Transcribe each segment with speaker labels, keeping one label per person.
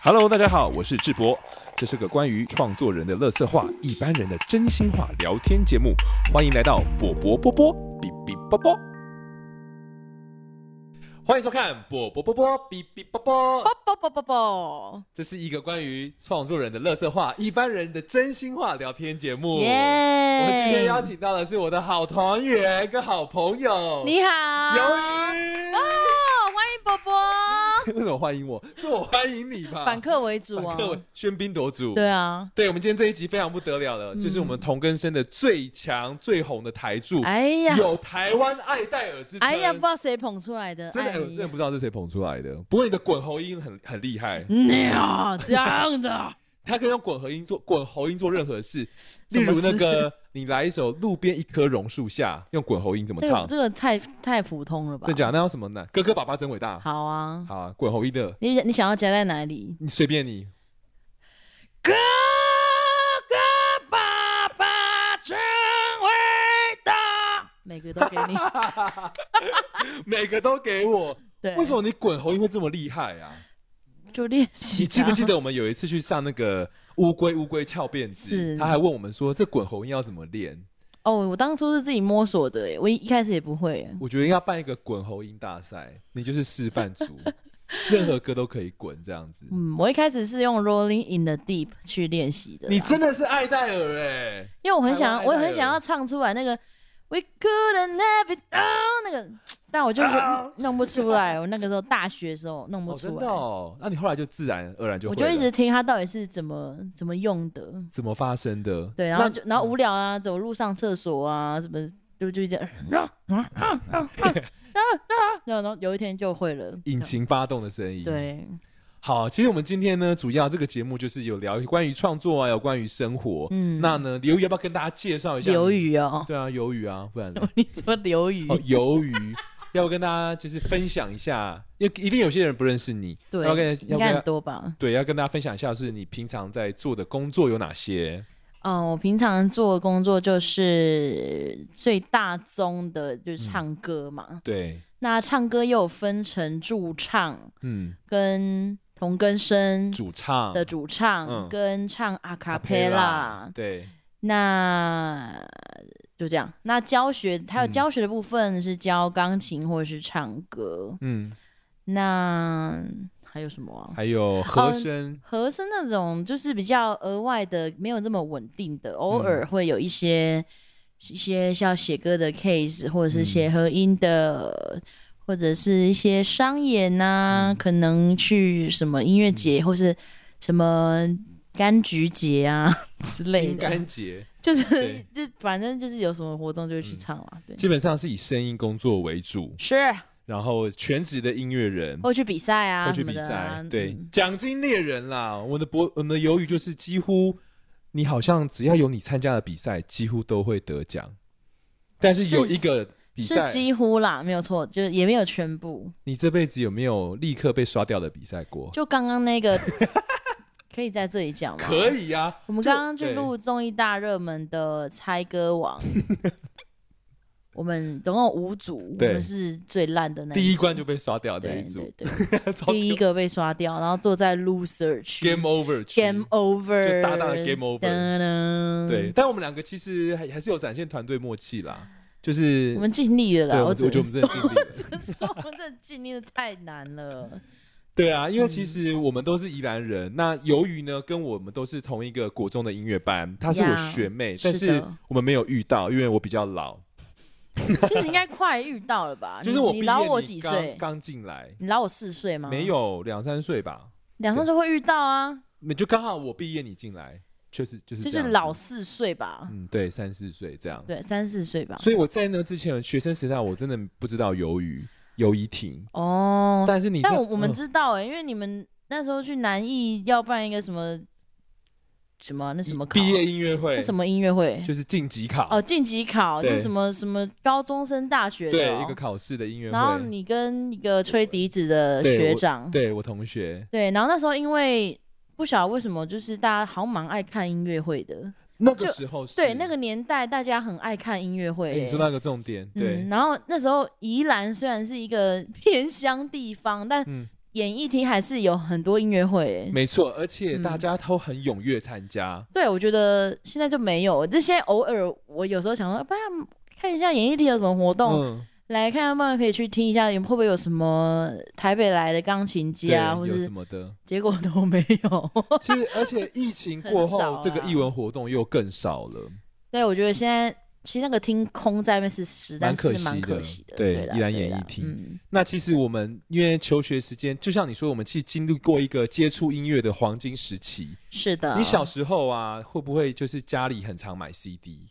Speaker 1: Hello，大家好，我是智博，这是个关于创作人的乐色话、一般人的真心话聊天节目，欢迎来到波波波波比比波波。欢迎收看波波波波比比波波，
Speaker 2: 啵啵啵啵啵，
Speaker 1: 这是一个关于创作人的乐色话、一般人的真心话聊天节目。
Speaker 2: 耶！
Speaker 1: 我们今天邀请到的是我的好团员跟好朋友，
Speaker 2: 你好，啊
Speaker 1: 鱿
Speaker 2: 哦，
Speaker 1: 鱼。
Speaker 2: 欢迎波波，
Speaker 1: 为什么欢迎我？是我欢迎你吧？
Speaker 2: 反客为主
Speaker 1: 反
Speaker 2: 啊，
Speaker 1: 客喧宾夺主。
Speaker 2: 对啊，
Speaker 1: 对，我们今天这一集非常不得了
Speaker 2: 嗯
Speaker 1: 了，就是我们同根生的最强、最红的台柱，
Speaker 2: 哎呀，
Speaker 1: 有台湾爱戴尔之称。
Speaker 2: 哎呀，不知道谁捧出来的，
Speaker 1: 真的、
Speaker 2: 哎呀
Speaker 1: 我真的不知道是谁捧出来的。不过你的滚喉音很很厉害，
Speaker 2: 没有嗯这样啊 的，
Speaker 1: 他可以用滚喉音做滚喉音做任何事，
Speaker 2: 什
Speaker 1: 例
Speaker 2: 么
Speaker 1: 如 那
Speaker 2: 事
Speaker 1: 个你来一首《路边一棵榕树下》，用滚喉音怎么
Speaker 2: 这个
Speaker 1: 唱？
Speaker 2: 这个太太普通了吧？
Speaker 1: 再讲那有什么呢？哥哥爸爸真伟大。
Speaker 2: 好啊，
Speaker 1: 好啊，滚喉音的，
Speaker 2: 你你想要夹在哪里？
Speaker 1: 你随便你。
Speaker 2: 哥哥爸爸真伟大，每个都给 你，
Speaker 1: 每个都给我。
Speaker 2: 对，
Speaker 1: 为什么你滚喉音会这么厉害啊？
Speaker 2: 就练 习？啊
Speaker 1: 你记不记？得我们有一次去上那个乌龟乌龟翘辫子，
Speaker 2: 是
Speaker 1: 他还问我们说这滚喉音要怎么练？
Speaker 2: 哦，我当初是自己摸索的，哎，我一一开始也不会，哎
Speaker 1: 我觉得应该办一个滚喉音大赛，你就是示范组，任何歌都可以滚这样子。
Speaker 2: 嗯，我一开始是用 Rolling in the Deep 去练习的啦，
Speaker 1: 你真的是爱戴尔哎、
Speaker 2: 因为我很想
Speaker 1: 台湾爱
Speaker 2: 要，
Speaker 1: 戴
Speaker 2: 我
Speaker 1: 尔
Speaker 2: 很想要唱出来那个 We couldn't have it all 那个，但我就是嗯弄不出来。我那个时候大学时候弄不
Speaker 1: 啊哦，真
Speaker 2: 出
Speaker 1: 的
Speaker 2: 来，
Speaker 1: 哦。那你后来就自然而然就
Speaker 2: 我
Speaker 1: 会
Speaker 2: 就一
Speaker 1: 了
Speaker 2: 直听他到底是怎么怎么用的。
Speaker 1: 怎么发生的？
Speaker 2: 对，然后
Speaker 1: 那
Speaker 2: 就然后无聊啊，走路上厕所啊，什么就啊就这样，啊然后然后有一天就会了。
Speaker 1: 引擎发动的声音。，
Speaker 2: 对，
Speaker 1: 好，其实我们今天呢，主要这个节目就是有聊关于创作啊，有关于生活。
Speaker 2: 嗯，
Speaker 1: 那呢，刘宇要不要跟大家介绍一下？
Speaker 2: 刘，宇哦，
Speaker 1: 对啊，刘宇啊，不然呢
Speaker 2: 你说刘宇
Speaker 1: 哦，鱿鱼，要不跟大家就是分享一下，因为一定有些人不认识你，
Speaker 2: 对
Speaker 1: 要跟，要
Speaker 2: 应
Speaker 1: 跟
Speaker 2: 该很
Speaker 1: 大
Speaker 2: 多吧？
Speaker 1: 对要跟大家分享一下，是你平常在做的工作有哪些？
Speaker 2: 嗯，我平常做的工作就是最大宗的，就是唱歌嘛。
Speaker 1: 对，
Speaker 2: 那唱歌又有分成驻唱
Speaker 1: 嗯，
Speaker 2: 跟同根生
Speaker 1: 主唱
Speaker 2: 嗯的主唱，
Speaker 1: 嗯
Speaker 2: 跟唱阿卡佩
Speaker 1: Capella，
Speaker 2: 拉。
Speaker 1: 对，
Speaker 2: 那就这样。那教学还有
Speaker 1: 嗯
Speaker 2: 教学的部分是教钢琴或者是唱歌。
Speaker 1: 嗯，
Speaker 2: 那还有什么啊？
Speaker 1: 还有和声，
Speaker 2: 和声那种就是比较额外的，没有这么稳定的，偶
Speaker 1: 嗯
Speaker 2: 尔会有一些、一些像写歌的 case，或者是写和音的，或者是一些商演呐、
Speaker 1: 嗯
Speaker 2: 可能去什么音乐节、或是什么柑橘节啊 之类
Speaker 1: 金
Speaker 2: 的，
Speaker 1: 干节，
Speaker 2: 就是
Speaker 1: 对
Speaker 2: 就反正就是有什么活动就会去唱啦。对，
Speaker 1: 基本上是以声音工作为主，
Speaker 2: 是
Speaker 1: 然后全职的音乐人。
Speaker 2: 或去比赛啊，
Speaker 1: 会去
Speaker 2: 什么
Speaker 1: 比
Speaker 2: 的
Speaker 1: 赛，
Speaker 2: 啊
Speaker 1: 对
Speaker 2: 嗯，
Speaker 1: 奖金猎人啦！我们的博，我们的鱿鱼就是几乎，你好像只要有你参加的比赛，几乎都会得奖。但是有
Speaker 2: 是
Speaker 1: 一个比
Speaker 2: 是
Speaker 1: 赛，
Speaker 2: 几乎啦，没有错，就是也没有全部。
Speaker 1: 你这辈子有没有立刻被刷掉的比赛过？
Speaker 2: 就刚刚那个，可以在这里讲吗？
Speaker 1: 可。以啊，
Speaker 2: 我们
Speaker 1: 就
Speaker 2: 刚刚去
Speaker 1: 对
Speaker 2: 录综艺大热门的猜歌 王，我们总共五组，我
Speaker 1: 对
Speaker 2: 们是最烂的那
Speaker 1: 第一
Speaker 2: 组
Speaker 1: 关就被刷掉的那
Speaker 2: 对
Speaker 1: 一组
Speaker 2: 对， 对，
Speaker 1: 超
Speaker 2: 第一个被刷掉，然后坐在 loser 区
Speaker 1: game over 区
Speaker 2: game over，
Speaker 1: 就大大的 game over
Speaker 2: 噔噔
Speaker 1: 对，，但我们两个其实还还是有展现团队默契啦，就是
Speaker 2: 我们尽力了
Speaker 1: 对，
Speaker 2: 啦，
Speaker 1: 我们
Speaker 2: 只
Speaker 1: 我觉得我
Speaker 2: 能
Speaker 1: 们真的尽力了。
Speaker 2: 只能说 我们这尽力的太难了，
Speaker 1: 对啊，
Speaker 2: 嗯
Speaker 1: 因为其实我们都是宜兰人，那由于呢跟我们都是同一个国中的音乐班，她是我
Speaker 2: 呀
Speaker 1: 学妹，
Speaker 2: 是
Speaker 1: 哎但
Speaker 2: 的
Speaker 1: 是我们没有遇到，因为我比较老，
Speaker 2: 其实应该快遇到了吧？
Speaker 1: 就是
Speaker 2: 啊你
Speaker 1: 我毕
Speaker 2: 你
Speaker 1: 业
Speaker 2: 老我
Speaker 1: 你
Speaker 2: 几
Speaker 1: 刚
Speaker 2: 岁？啊
Speaker 1: 刚进来，
Speaker 2: 你老我四岁吗？
Speaker 1: 没有两三岁吧，
Speaker 2: 两三岁会遇到啊，
Speaker 1: 那就刚好我毕业你进来，确实就是
Speaker 2: 就
Speaker 1: 这
Speaker 2: 是
Speaker 1: 样子
Speaker 2: 老四岁吧，
Speaker 1: 嗯对三四岁这样，
Speaker 2: 对，啊三四岁吧。
Speaker 1: 所以我在那之前学生时代我真的不知道鱿鱼游怡婷，
Speaker 2: 哦，
Speaker 1: 但是你
Speaker 2: 但
Speaker 1: 知
Speaker 2: 我我们
Speaker 1: 嗯
Speaker 2: 知道哎、因为你们那时候去南艺要办一个什么什么那什么考
Speaker 1: 毕业音乐会
Speaker 2: 那什么音乐会
Speaker 1: 就是晋级考，
Speaker 2: 哦，晋级考
Speaker 1: 对
Speaker 2: 就是什么什么高中生大学的
Speaker 1: 对
Speaker 2: 哦、
Speaker 1: 一个考试的音乐会，
Speaker 2: 然后你跟一个吹笛子的
Speaker 1: 对
Speaker 2: 学
Speaker 1: 我
Speaker 2: 长
Speaker 1: 对我同学
Speaker 2: 对，然后那时候因为。不晓得为什么，就是大家好像蛮爱看音乐会的。
Speaker 1: 那个
Speaker 2: 就
Speaker 1: 时候是
Speaker 2: 对，那个年代大家很爱看音乐会、
Speaker 1: 哎、
Speaker 2: 欸
Speaker 1: 你说到一个
Speaker 2: 嗯
Speaker 1: 重点，对，
Speaker 2: 嗯，然后那时候宜兰虽然是一个偏乡地方，但
Speaker 1: 嗯
Speaker 2: 演艺厅还是有很多音乐会耶。
Speaker 1: 没错，而且
Speaker 2: 嗯
Speaker 1: 大家都很踊跃参加。
Speaker 2: 对，我觉得现在就没有这些。偶尔我有时候想说，不然看一下演艺厅有什么活动，
Speaker 1: 嗯，
Speaker 2: 来看看，不然可以去听一下，有会不会有什么台北来的钢琴
Speaker 1: 对，
Speaker 2: 家啊，或
Speaker 1: 有
Speaker 2: 是
Speaker 1: 什么 的？
Speaker 2: 结果都没有。
Speaker 1: 其实，而且疫情
Speaker 2: 很
Speaker 1: 过
Speaker 2: 少
Speaker 1: 后，这个
Speaker 2: 啦
Speaker 1: 艺文活动又更少了，
Speaker 2: 对，我觉得现在其实那个厅空在那边是实在
Speaker 1: 蛮可
Speaker 2: 是蛮
Speaker 1: 惜
Speaker 2: 可
Speaker 1: 的
Speaker 2: 惜的。
Speaker 1: 对
Speaker 2: 啦
Speaker 1: 宜兰
Speaker 2: 对
Speaker 1: 演
Speaker 2: 啦
Speaker 1: 艺厅
Speaker 2: 嗯
Speaker 1: 那其实我们因为求学时间，就像你说，我们其实经历过一个接触音乐的黄金时期。
Speaker 2: 是的。
Speaker 1: 你小时候啊，会不会就是家里很常买 CD？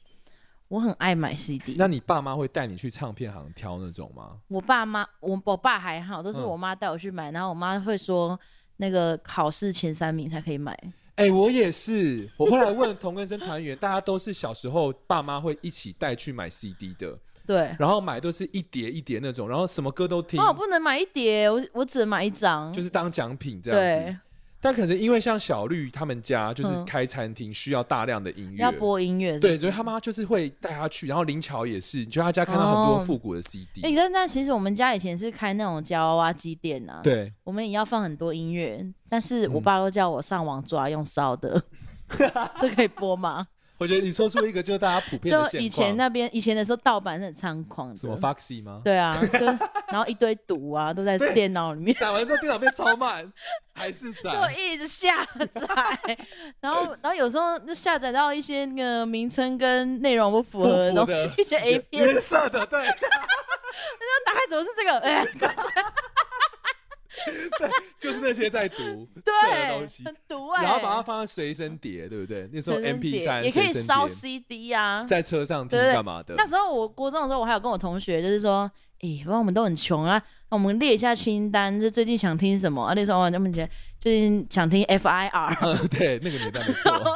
Speaker 2: 我很爱买 CD。
Speaker 1: 那你爸妈会带你去唱片行挑那种吗？
Speaker 2: 我爸妈，我我爸还好，都是
Speaker 1: 嗯
Speaker 2: 我妈带我去买，然后我妈会说那个考试前三名才可以买。
Speaker 1: 哎、我也是。我后来问同根生团员，大家都是小时候爸妈会一起带去买 CD 的，
Speaker 2: 对，
Speaker 1: 然后买都是一叠一叠那种，然后什么歌都听，
Speaker 2: 哦，我不能买一叠，我我只能买一张。
Speaker 1: 就是是当奖品这样子
Speaker 2: 对。，
Speaker 1: 但可能因为像小绿他们家就是
Speaker 2: 嗯
Speaker 1: 开餐厅，需要大量的音乐，
Speaker 2: 要播音乐。
Speaker 1: 对，所以他妈就是会带他去，然后林巧也是，你去他家看到很多
Speaker 2: 哦
Speaker 1: 复古的 CD，、
Speaker 2: 哎、但但其实我们家以前是开那种夹娃娃机店啊，，
Speaker 1: 对，
Speaker 2: 我们也要放很多音乐，但是我
Speaker 1: 嗯
Speaker 2: 爸都叫我上网抓用 烧的，这可以播吗？
Speaker 1: 我觉得你说出一个就是大家普遍
Speaker 2: 就
Speaker 1: 的现况，
Speaker 2: 以前那边以前的时候盗版是很猖狂
Speaker 1: 什么
Speaker 2: 的，
Speaker 1: Foxy 吗？
Speaker 2: 对啊，就 然后一堆毒啊都在
Speaker 1: 对
Speaker 2: 电脑里面。
Speaker 1: 载完之后电脑变超慢，还是
Speaker 2: 就
Speaker 1: 载？
Speaker 2: 一直下载，然后然后有时候就下载到一些那个名称跟内容不符合的
Speaker 1: 不符
Speaker 2: 东
Speaker 1: 的
Speaker 2: 西，一些 A 片，
Speaker 1: 约色的，对
Speaker 2: 打开怎么是这个？哎、
Speaker 1: 对，就是那些在读色的东西
Speaker 2: 对，，很毒哎、
Speaker 1: 然后把它放在随身碟，对不对？那时候
Speaker 2: 随身
Speaker 1: MP
Speaker 2: 碟
Speaker 1: 三
Speaker 2: 也可以烧
Speaker 1: CD，
Speaker 2: CD 啊。
Speaker 1: 在车上听
Speaker 2: 对对
Speaker 1: 干嘛的？
Speaker 2: 那 时候我国中的时候，我还有跟我同学就是说，诶、反正我们都很穷啊，那我们列一下清单，就最近想听什么。啊、那时候我们觉得最近想听 FIR，
Speaker 1: 嗯，对，那个年代没错
Speaker 2: 然。后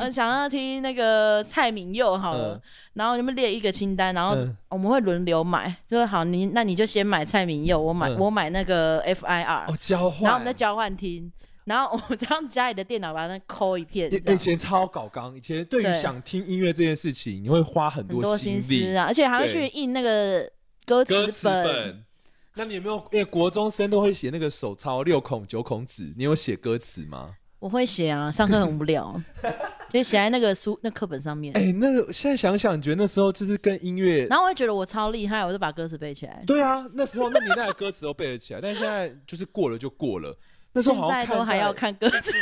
Speaker 2: 呃想要听那个蔡明佑好了，
Speaker 1: 嗯
Speaker 2: 然后你们列一个清单，然后
Speaker 1: 嗯
Speaker 2: 我们会轮流买，就是好你那你就先买蔡明佑，我买、
Speaker 1: 嗯
Speaker 2: 我买那个 FIR，、
Speaker 1: 哦，交换。
Speaker 2: 然后我们再交换听，然后我这样家里的电脑把它抠一片，这
Speaker 1: 以以
Speaker 2: 样
Speaker 1: 前超搞纲，以前对于
Speaker 2: 对
Speaker 1: 想听音乐这件事情，你会花很
Speaker 2: 很
Speaker 1: 多
Speaker 2: 多
Speaker 1: 心
Speaker 2: 心
Speaker 1: 力
Speaker 2: 思。啊，而且还会去
Speaker 1: 对
Speaker 2: 印那个歌词
Speaker 1: 歌词本。那你有没有？因为国中生都会写那个手抄六孔九孔纸，你有写歌词吗？
Speaker 2: 我会写啊，上课很 无聊，就写在那个书那课本上面，
Speaker 1: 哎、那个现在想想，你觉得那时候就是跟音乐？
Speaker 2: 然后我会觉得我超厉害，我就把歌词背起来。
Speaker 1: 对啊，那时候那年代的歌词都背得起来，但现在就是过了就过了。那时候
Speaker 2: 现
Speaker 1: 好像
Speaker 2: 在
Speaker 1: 看
Speaker 2: 都还
Speaker 1: 待
Speaker 2: 要，看歌词，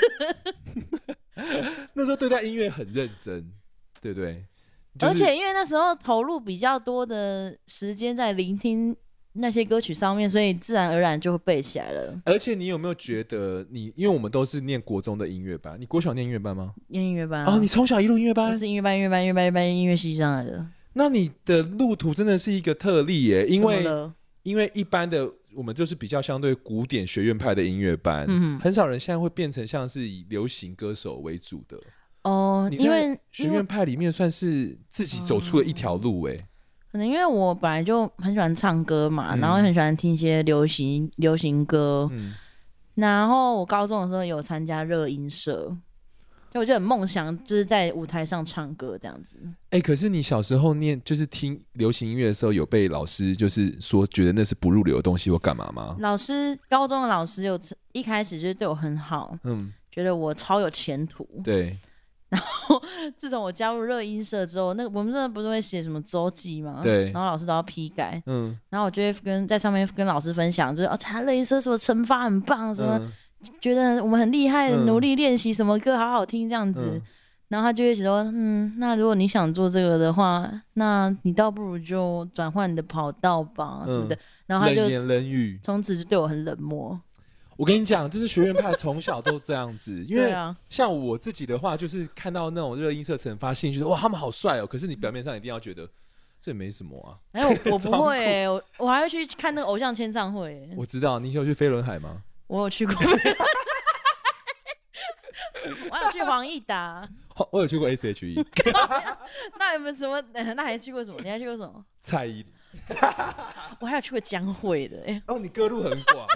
Speaker 1: 那时候对待音乐很认真，对不对？就是
Speaker 2: 而且因为那时候投入比较多的时间在聆听那些歌曲上面，所以自然而然就会背起来了。
Speaker 1: 而且你有没有觉得你，因为我们都是念国中的音乐班，你国小念音乐班吗？
Speaker 2: 音乐班、
Speaker 1: 哦，你从小一路音乐
Speaker 2: 啊我
Speaker 1: 班，
Speaker 2: 是音乐班、音乐班、音乐班、音乐班音乐系上来的，
Speaker 1: 那你的路途真的是一个特例耶，因
Speaker 2: 怎么
Speaker 1: 为
Speaker 2: 了
Speaker 1: 因为一般的我们就是比较相对古典学院派的音乐班，
Speaker 2: 嗯
Speaker 1: 很少人现在会变成像是以流行歌手为主的。
Speaker 2: 哦，
Speaker 1: 你
Speaker 2: 因为
Speaker 1: 在学
Speaker 2: 因为
Speaker 1: 院派里面算是自己走出了一条路哎，
Speaker 2: 可能因为我本来就很喜欢唱歌嘛，
Speaker 1: 嗯
Speaker 2: 然后很喜欢听一些流行流行歌，
Speaker 1: 嗯，
Speaker 2: 然后我高中的时候有参加热音社，就我就很梦想就是在舞台上唱歌这样子。
Speaker 1: 哎、可是你小时候念就是听流行音乐的时候，有被老师就是说觉得那是不入流的东西或干嘛吗？
Speaker 2: 老师高中的老师有一开始就是对我很好，
Speaker 1: 嗯，
Speaker 2: 觉得我超有前途。
Speaker 1: 对，
Speaker 2: 自从我加入热音社之后，那个我们真的不是会写什么周记吗？
Speaker 1: 对
Speaker 2: 然后老师都要批改，
Speaker 1: 嗯，
Speaker 2: 然后我就会跟在上面跟老师分享，就是哦，查热音社什么惩罚很棒，什么、
Speaker 1: 嗯
Speaker 2: 觉得我们很厉害，
Speaker 1: 嗯
Speaker 2: 努力练习什么歌好好听这样子。
Speaker 1: 嗯
Speaker 2: 然后他就会写说，嗯，那如果你想做这个的话，那你倒不如就转换你的跑道吧，什
Speaker 1: 嗯
Speaker 2: 么的。然后他
Speaker 1: 冷
Speaker 2: 就
Speaker 1: 言冷语。
Speaker 2: 从此就对我很冷漠。
Speaker 1: 我跟你讲，就是学院派从小都这样子，因
Speaker 2: 对
Speaker 1: 为
Speaker 2: 啊，
Speaker 1: 像我自己的话，就是看到那种热音社惩罚信，就是哇，他们好帅哦。可是你表面上一定要觉得这也没什么啊。
Speaker 2: 哎，我
Speaker 1: 超
Speaker 2: 我不
Speaker 1: 酷
Speaker 2: 会、欸，我我还会去看那个偶像签唱会、欸
Speaker 1: 我知道你有去飞轮海吗？
Speaker 2: 我有去过， 我还有去黄义达。
Speaker 1: 哦我有去过 S.H.E，
Speaker 2: 那你们什么？ 呃那还去过什么？你还去过什么？
Speaker 1: 蔡依林。
Speaker 2: 我还有去过江蕙的、欸。
Speaker 1: 哦，你歌路很广。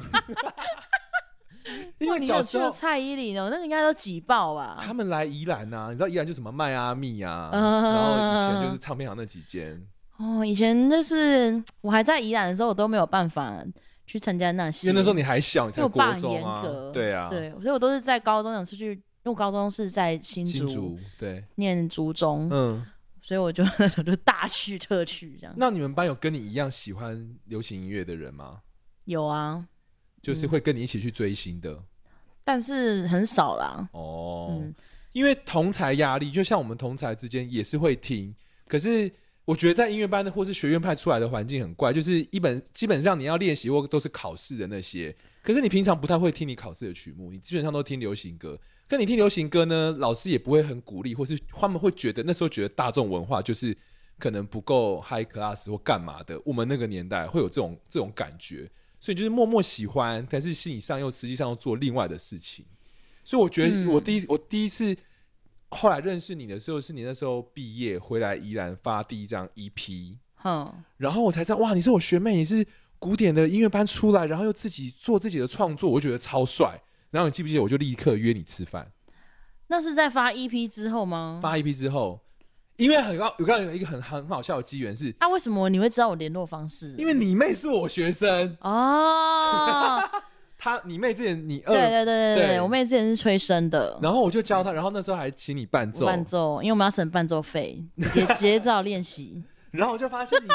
Speaker 1: 因
Speaker 2: 哇
Speaker 1: 为
Speaker 2: 你
Speaker 1: 小
Speaker 2: 有
Speaker 1: 时
Speaker 2: 去
Speaker 1: 候
Speaker 2: 过蔡依林哦、那个应该都挤爆吧
Speaker 1: 他？们来宜兰呐、你知道宜兰就什么迈阿密啊，
Speaker 2: 啊嗯
Speaker 1: 然后以前就是唱片行那几间，
Speaker 2: 哦，以前就是我还在宜兰的时候，我都没有办法去参加那些。
Speaker 1: 因为那时候你还小，你才
Speaker 2: 因为我爸
Speaker 1: 国
Speaker 2: 很
Speaker 1: 中啊
Speaker 2: 严格，
Speaker 1: 对啊，
Speaker 2: 对，所以我都是在高中想出去，因为我高中是在新
Speaker 1: 新
Speaker 2: 竹
Speaker 1: 竹，对，
Speaker 2: 念竹中，
Speaker 1: 嗯，
Speaker 2: 所以我就那时候就大去特去这样。
Speaker 1: 那你们班有跟你一样喜欢流行音乐的人吗？
Speaker 2: 有啊，
Speaker 1: 就是会跟你一起去追星的
Speaker 2: 但是很少啦。
Speaker 1: 哦，
Speaker 2: 嗯，
Speaker 1: 因为同才压力，就像我们同才之间也是会听，可是我觉得在音乐班的或是学院派出来的环境很怪，就是一本基本上你要练习或都是考试的那些，可是你平常不太会听你考试的曲目，你基本上都听流行歌。跟你听流行歌呢，老师也不会很鼓励，或是他们会觉得那时候觉得大众文化就是可能不够 high class 或干嘛的。我们那个年代会有这种这种感觉，所以就是默默喜欢，但是心理上又实际上又做另外的事情。所以我觉得
Speaker 2: 嗯
Speaker 1: 我第一、我第一次后来认识你的时候，是你那时候毕业回来宜兰发第一张 E EP，
Speaker 2: 哼，
Speaker 1: 然后我才知道哇，你是我学妹，你是古典的音乐班出来，然后又自己做自己的创作，我觉得超帅。然后你记不记得，我就立刻约你吃饭。
Speaker 2: 那是在发 EP 之后吗？
Speaker 1: 发 EP 之后，因为很高，我刚刚有一个很很好笑的机缘是，
Speaker 2: 啊，为什么你会知道我联络方式？啊
Speaker 1: 因为你妹是我学生，
Speaker 2: 哦，
Speaker 1: 她你妹之前你二，
Speaker 2: 对对对对对，
Speaker 1: 对
Speaker 2: 我妹之前是吹笙的，
Speaker 1: 然后我就教她，然后那时候还请你伴奏，
Speaker 2: 伴奏，因为我们要省伴奏费，节节奏练 习。
Speaker 1: 然后我就发现你，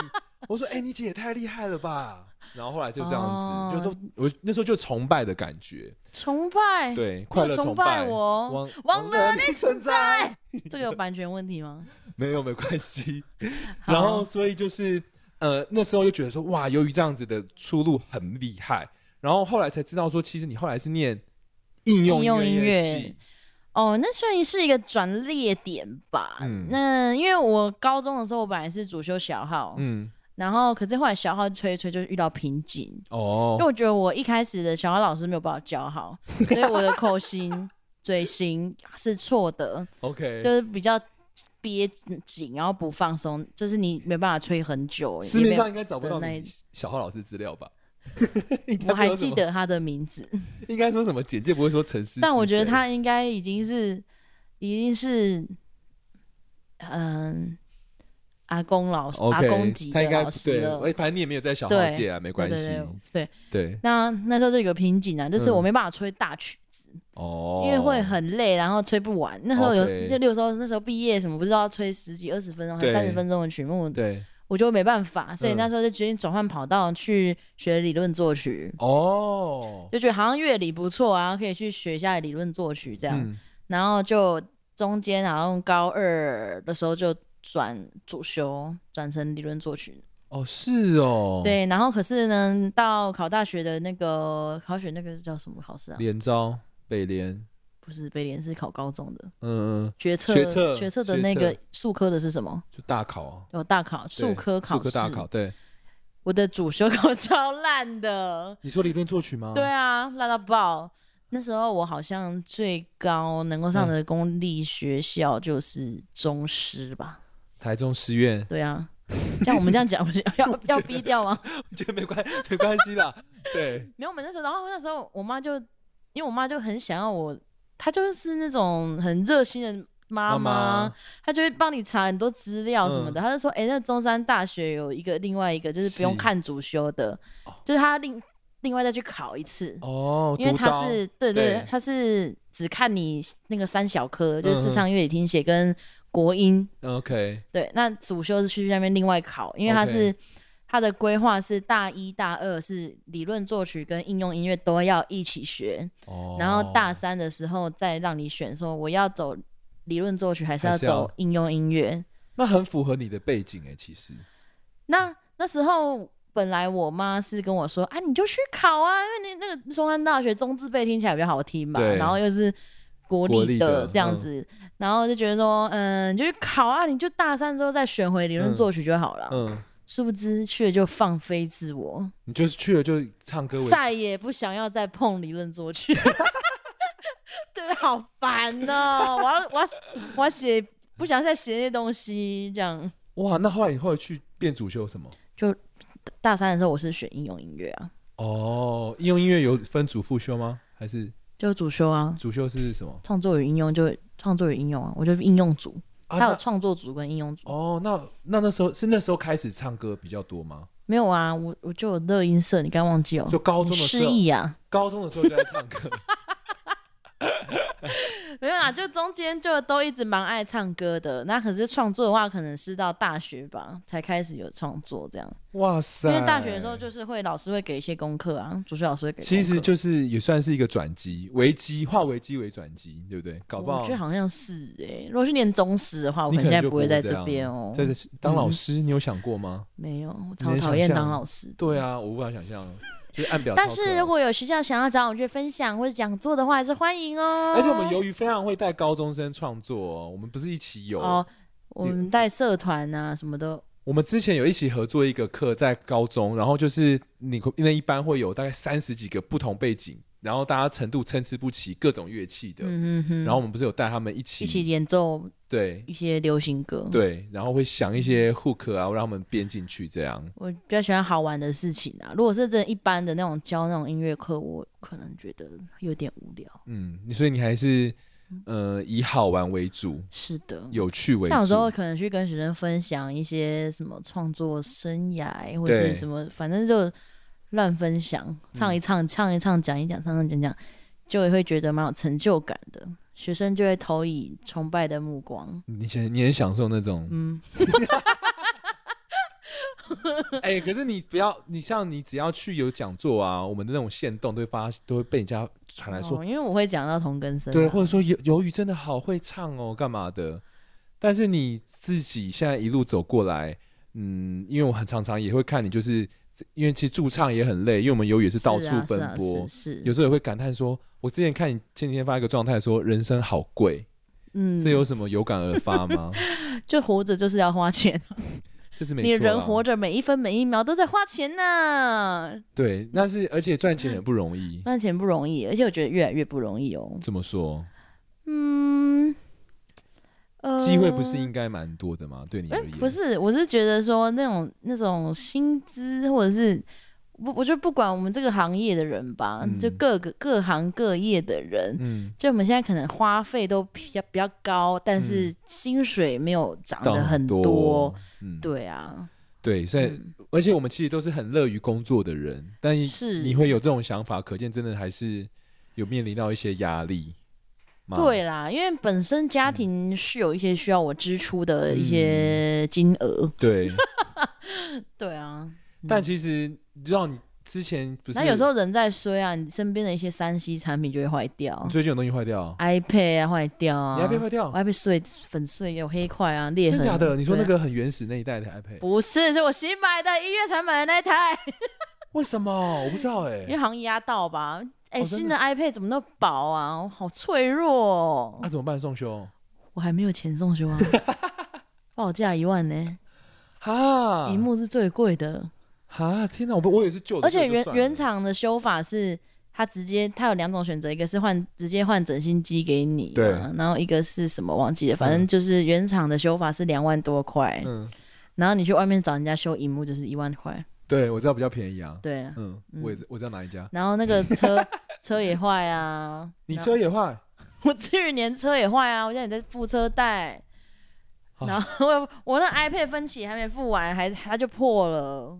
Speaker 1: 我说：“哎、你姐也太厉害了吧！”然后后来就这样子，
Speaker 2: 哦
Speaker 1: 就都我那时候就崇拜的感觉，
Speaker 2: 崇拜，
Speaker 1: 对，
Speaker 2: 你有
Speaker 1: 快乐
Speaker 2: 崇
Speaker 1: 拜
Speaker 2: 拜我
Speaker 1: 忘
Speaker 2: 忘了
Speaker 1: 你存在，
Speaker 2: 这个有版权问题吗？
Speaker 1: 没有没关 系。
Speaker 2: 好
Speaker 1: 然后所以就是呃那时候就觉得说哇，由于这样子的出路很厉害，然后后来才知道说，其实你后来是念应用
Speaker 2: 应用
Speaker 1: 音
Speaker 2: 音
Speaker 1: 乐
Speaker 2: 乐
Speaker 1: 系，
Speaker 2: 哦，那算是一个转捩点吧。
Speaker 1: 嗯
Speaker 2: 那因为我高中的时候，我本来是主修小号，
Speaker 1: 嗯
Speaker 2: 然后可是后来小号吹一吹就遇到瓶颈，因为
Speaker 1: 哦，
Speaker 2: 我觉得我一开始的小号老师没有把我教好，所以我的口型、嘴型是错的，就
Speaker 1: OK，
Speaker 2: 是比较憋紧，然后不放松，就是你没办法吹很久。
Speaker 1: 市
Speaker 2: 也没
Speaker 1: 面
Speaker 2: 有
Speaker 1: 上应该找不到
Speaker 2: 那一
Speaker 1: 你小浩老师资料 吧？
Speaker 2: 我还记得他的名字，
Speaker 1: 应该说什么简介不会说陈思，
Speaker 2: 但我觉得他应该已经是，已经是，嗯，阿公老师、
Speaker 1: OK，
Speaker 2: 阿公级
Speaker 1: 他
Speaker 2: 的
Speaker 1: 应该
Speaker 2: 老
Speaker 1: 不
Speaker 2: 师
Speaker 1: 对，
Speaker 2: 了。
Speaker 1: 哎反正你也没有在小号
Speaker 2: 对
Speaker 1: 界啊，没
Speaker 2: 对
Speaker 1: 关系。
Speaker 2: 对对，
Speaker 1: 对，
Speaker 2: 那那时候就有个瓶颈啊，就是
Speaker 1: 嗯
Speaker 2: 我没办法吹大曲，
Speaker 1: 哦，
Speaker 2: 因为会很累，然后吹不完。那时候有
Speaker 1: OK
Speaker 2: 那六时候那时候毕业什么，不知道吹十几、二十分钟还
Speaker 1: 对
Speaker 2: 是三十分钟的曲目，
Speaker 1: 对，
Speaker 2: 我就没办法，所以
Speaker 1: 嗯
Speaker 2: 那时候就决定转换跑道去学理论作曲，
Speaker 1: 哦，
Speaker 2: 就觉得好像乐理不错啊，可以去学一下理论作曲这样。
Speaker 1: 嗯，
Speaker 2: 然后就中间好像高二的时候就转主修，转成理论作曲。
Speaker 1: 哦，是哦，，
Speaker 2: 对，然后可是呢，到考大学的那个考选那个叫什么考试啊？
Speaker 1: 连招北联，
Speaker 2: 不是北联，是考高中的
Speaker 1: 嗯嗯，
Speaker 2: 学测，
Speaker 1: 学测
Speaker 2: 的
Speaker 1: 学
Speaker 2: 那个
Speaker 1: 测
Speaker 2: 数科的是什么？
Speaker 1: 就大考啊，
Speaker 2: 有大考，
Speaker 1: 对
Speaker 2: 数科考
Speaker 1: 数科
Speaker 2: 试。
Speaker 1: 大考，对，
Speaker 2: 我的主修考超烂的，
Speaker 1: 你说理论作曲吗？
Speaker 2: 对，啊，烂到爆。那时候我好像最高能够上的公立学校就是中师吧。
Speaker 1: 台中师院，
Speaker 2: 对啊，像我们这样讲，不是要 要要逼掉啊吗？
Speaker 1: 我觉得没关 没关系啦，对，
Speaker 2: 没有，我们那时候，然后那时候我妈就，因为我妈就很想要我，她就是那种很热心的妈妈，她就会帮你查很多资料什么的。她就说，哎、那中山大学有一个另外一个就是不用
Speaker 1: 嗯是
Speaker 2: 看主修的
Speaker 1: 哦，
Speaker 2: 就是她另另外再去考一次，
Speaker 1: 哦，
Speaker 2: 因为
Speaker 1: 独
Speaker 2: 她
Speaker 1: 招
Speaker 2: 是对对
Speaker 1: 对，
Speaker 2: 她是只看你那个三小科，就
Speaker 1: 嗯
Speaker 2: 是视
Speaker 1: 嗯
Speaker 2: 唱、乐理、听写跟国音。
Speaker 1: OK，
Speaker 2: 对，那主修是去那边另外考，因为他
Speaker 1: OK
Speaker 2: 是他的规划是大一、大二是理论作曲跟应用音乐都要一起学，
Speaker 1: 哦，
Speaker 2: 然后大三的时候再让你选，说我要走理论作曲还是
Speaker 1: 还
Speaker 2: 要
Speaker 1: 是要
Speaker 2: 走应用音乐。
Speaker 1: 那很符合你的背景哎，其实
Speaker 2: 那那时候。本来我妈是跟我说啊，你就去考啊，因为你那个中山大学中字辈听起来比较好听嘛，
Speaker 1: 对
Speaker 2: 然后又是国
Speaker 1: 国
Speaker 2: 立
Speaker 1: 立的
Speaker 2: 的这样
Speaker 1: 嗯
Speaker 2: 子，然后就觉得说，嗯，你就去考啊，你就大三之后再选回理论
Speaker 1: 嗯
Speaker 2: 作曲就好了。
Speaker 1: 嗯，
Speaker 2: 殊不知去了就放飞自我，
Speaker 1: 你就是去了就唱歌为主
Speaker 2: 再也不想要再碰理论作曲， 对，好烦哦、我要我要我要写，不想再写那些东西，这样。
Speaker 1: 哇，那后来你后来去变主修什么？
Speaker 2: 大三的时候我是选应用音乐啊，
Speaker 1: 哦，应用音乐有分主副修吗？还是
Speaker 2: 就主修啊，
Speaker 1: 主修是什么？
Speaker 2: 创作与应用就创作与应用啊，我就应用组，
Speaker 1: 啊
Speaker 2: 还有
Speaker 1: 那
Speaker 2: 创作组跟应用组。
Speaker 1: 哦，那那那时候是那时候开始唱歌比较多吗？
Speaker 2: 没有啊，我我就有乐音社，你刚忘记哦。
Speaker 1: 就高中的时
Speaker 2: 失
Speaker 1: 候，
Speaker 2: 忆啊？
Speaker 1: 高中的时候就在唱歌，
Speaker 2: 没有啦，就中间就都一直蛮爱唱歌的。那可是创作的话，可能是到大学吧才开始有创作这 样。
Speaker 1: 哇塞！
Speaker 2: 因为大学的时候就是会老师会给一些功课啊，主修老师会给功课。
Speaker 1: 其实就是也算是一个转机，危机化危机为转机，对不对？搞不好
Speaker 2: 我觉哦得好像是哎、如果是念中史的话，我
Speaker 1: 你
Speaker 2: 现在
Speaker 1: 就
Speaker 2: 不
Speaker 1: 会
Speaker 2: 在
Speaker 1: 这
Speaker 2: 这
Speaker 1: 样
Speaker 2: 边哦、
Speaker 1: 在这当老
Speaker 2: 嗯
Speaker 1: 师，你有想过吗？
Speaker 2: 没有，我
Speaker 1: 你
Speaker 2: 超
Speaker 1: 能
Speaker 2: 讨
Speaker 1: 想
Speaker 2: 厌
Speaker 1: 象
Speaker 2: 当老师。
Speaker 1: 对啊，我无法想象，就是按表操课
Speaker 2: 但
Speaker 1: 老师。
Speaker 2: 是如果有学校想要找我去分享或者讲座的话，还是欢迎哦、
Speaker 1: 而且我们由于非常会带高中生创作、哦，我们不是一起有，
Speaker 2: 哦，我们带社团啊，什么都
Speaker 1: 我们之前有一起合作一个课在高中，然后就是你那一班会有大概三十几个不同背景，然后大家程度参差不齐，各种乐器的。
Speaker 2: 嗯哼哼，
Speaker 1: 然后我们不是有带他们一起
Speaker 2: 一起演奏
Speaker 1: 对
Speaker 2: 一些流行歌。，
Speaker 1: 对，然后会想一些
Speaker 2: 嗯
Speaker 1: hook 啊，让他们编进去这样。
Speaker 2: 我比较喜欢好玩的事情啊。如果是真的一般的那种教那种音乐课，我可能觉得有点无聊。
Speaker 1: 嗯，你所以你还是呃以好玩为主，
Speaker 2: 是的，
Speaker 1: 有趣为主。
Speaker 2: 嗯像有时候可能去跟学生分享一些什么创作生涯，或者
Speaker 1: 对嗯
Speaker 2: 是什么，反正就乱分享，唱一唱，唱一唱，讲一讲，唱唱讲讲，就也会觉得蛮有成就感的。学生就会投以崇拜的目光。
Speaker 1: 你很你很享受那 种，
Speaker 2: 嗯，
Speaker 1: 哎、可是你不要，你像你只要去有讲座啊，我们的那种线动都会发，都会被人家传来说，
Speaker 2: 哦因为我会讲到同根生、啊，
Speaker 1: 对，或者说鱿鱿鱼真的好会唱哦，干嘛的？但是你自己现在一路走过来，嗯，因为我很常常也会看你，就是因为其实驻唱也很累，因为我们鱿鱼也是到处
Speaker 2: 是啊
Speaker 1: 奔波，
Speaker 2: 是啊是是
Speaker 1: 有时候也会感叹说，我之前看你前几天发一个状态说，人生好贵，
Speaker 2: 嗯，
Speaker 1: 这有什么有感而发吗？
Speaker 2: 就活着就是要花钱，
Speaker 1: 这是没错啊
Speaker 2: 你
Speaker 1: 啦，
Speaker 2: 人活着每一分每一秒都在花钱 呢、
Speaker 1: 对，但是而且赚钱很不容易，
Speaker 2: 赚钱不容易，而且我觉得越来越不容易哦。
Speaker 1: 怎么说？
Speaker 2: 嗯，呃
Speaker 1: 机会不是应该蛮多的吗？对你
Speaker 2: 哎、
Speaker 1: 而言，
Speaker 2: 不是，我是觉得说那种那种薪资，或者是我我就不管我们这个行业的人吧，
Speaker 1: 嗯
Speaker 2: 就各个各行各业的人，
Speaker 1: 嗯，
Speaker 2: 就我们现在可能花费都比较比较高，但是薪水没有涨
Speaker 1: 到
Speaker 2: 得很
Speaker 1: 嗯多，
Speaker 2: 多。
Speaker 1: 嗯，
Speaker 2: 对啊，
Speaker 1: 对，所以、
Speaker 2: 嗯
Speaker 1: 而且我们其实都是很乐于工作的人，但你
Speaker 2: 是
Speaker 1: 你会有这种想法，可见真的还是有面临到一些压力吗？
Speaker 2: 对啊啦，因为本身家庭是有一些需要我支出的一
Speaker 1: 嗯
Speaker 2: 些金额。
Speaker 1: 对，
Speaker 2: 对啊，
Speaker 1: 但其实你知道你之前不是
Speaker 2: 那有时候人在衰啊，你身边的一些三 C 产品就会坏掉。
Speaker 1: 你最近有东西坏掉，
Speaker 2: iPad 啊坏掉啊，
Speaker 1: 你 iPad 坏
Speaker 2: 我
Speaker 1: 掉，
Speaker 2: iPad 碎粉碎有黑块啊裂
Speaker 1: 真
Speaker 2: 痕，
Speaker 1: 的假的？你说那
Speaker 2: 对啊
Speaker 1: 个很原始那一代的 iPad，
Speaker 2: 不是，是我新买的一月才买 的那一台，
Speaker 1: 为什么我不知道哎、
Speaker 2: 因为好像压到吧。哎、
Speaker 1: 哦真的
Speaker 2: 新的 iPad 怎么那么薄啊？我好脆弱、哦
Speaker 1: 啊那、怎么办？送修
Speaker 2: 我还没有钱送修啊， 报价一万呢，
Speaker 1: 哈，
Speaker 2: 荧幕是最贵的，
Speaker 1: 哈，天哪，我不我也是旧的，
Speaker 2: 而且
Speaker 1: 这个就算
Speaker 2: 原
Speaker 1: 了
Speaker 2: 原厂的修法是。它直接，它有两种选择，一个是换直接换整新机给你、
Speaker 1: 对
Speaker 2: 啊，然后一个是什么忘记了，反正
Speaker 1: 嗯
Speaker 2: 就是原厂的修法是两万多块，
Speaker 1: 嗯，
Speaker 2: 然后你去外面找人家修荧幕就是一万块，
Speaker 1: 对我知道比较便宜啊，
Speaker 2: 对啊，
Speaker 1: 嗯，
Speaker 2: 嗯
Speaker 1: 我也知我知道哪一家，
Speaker 2: 然后那个 车车也坏啊，
Speaker 1: 你
Speaker 2: 然
Speaker 1: 车也坏，
Speaker 2: 我去年车也坏啊，我现在也在付车贷，
Speaker 1: 啊
Speaker 2: 然后我我那 iPad 分期还没付完，还它就破了，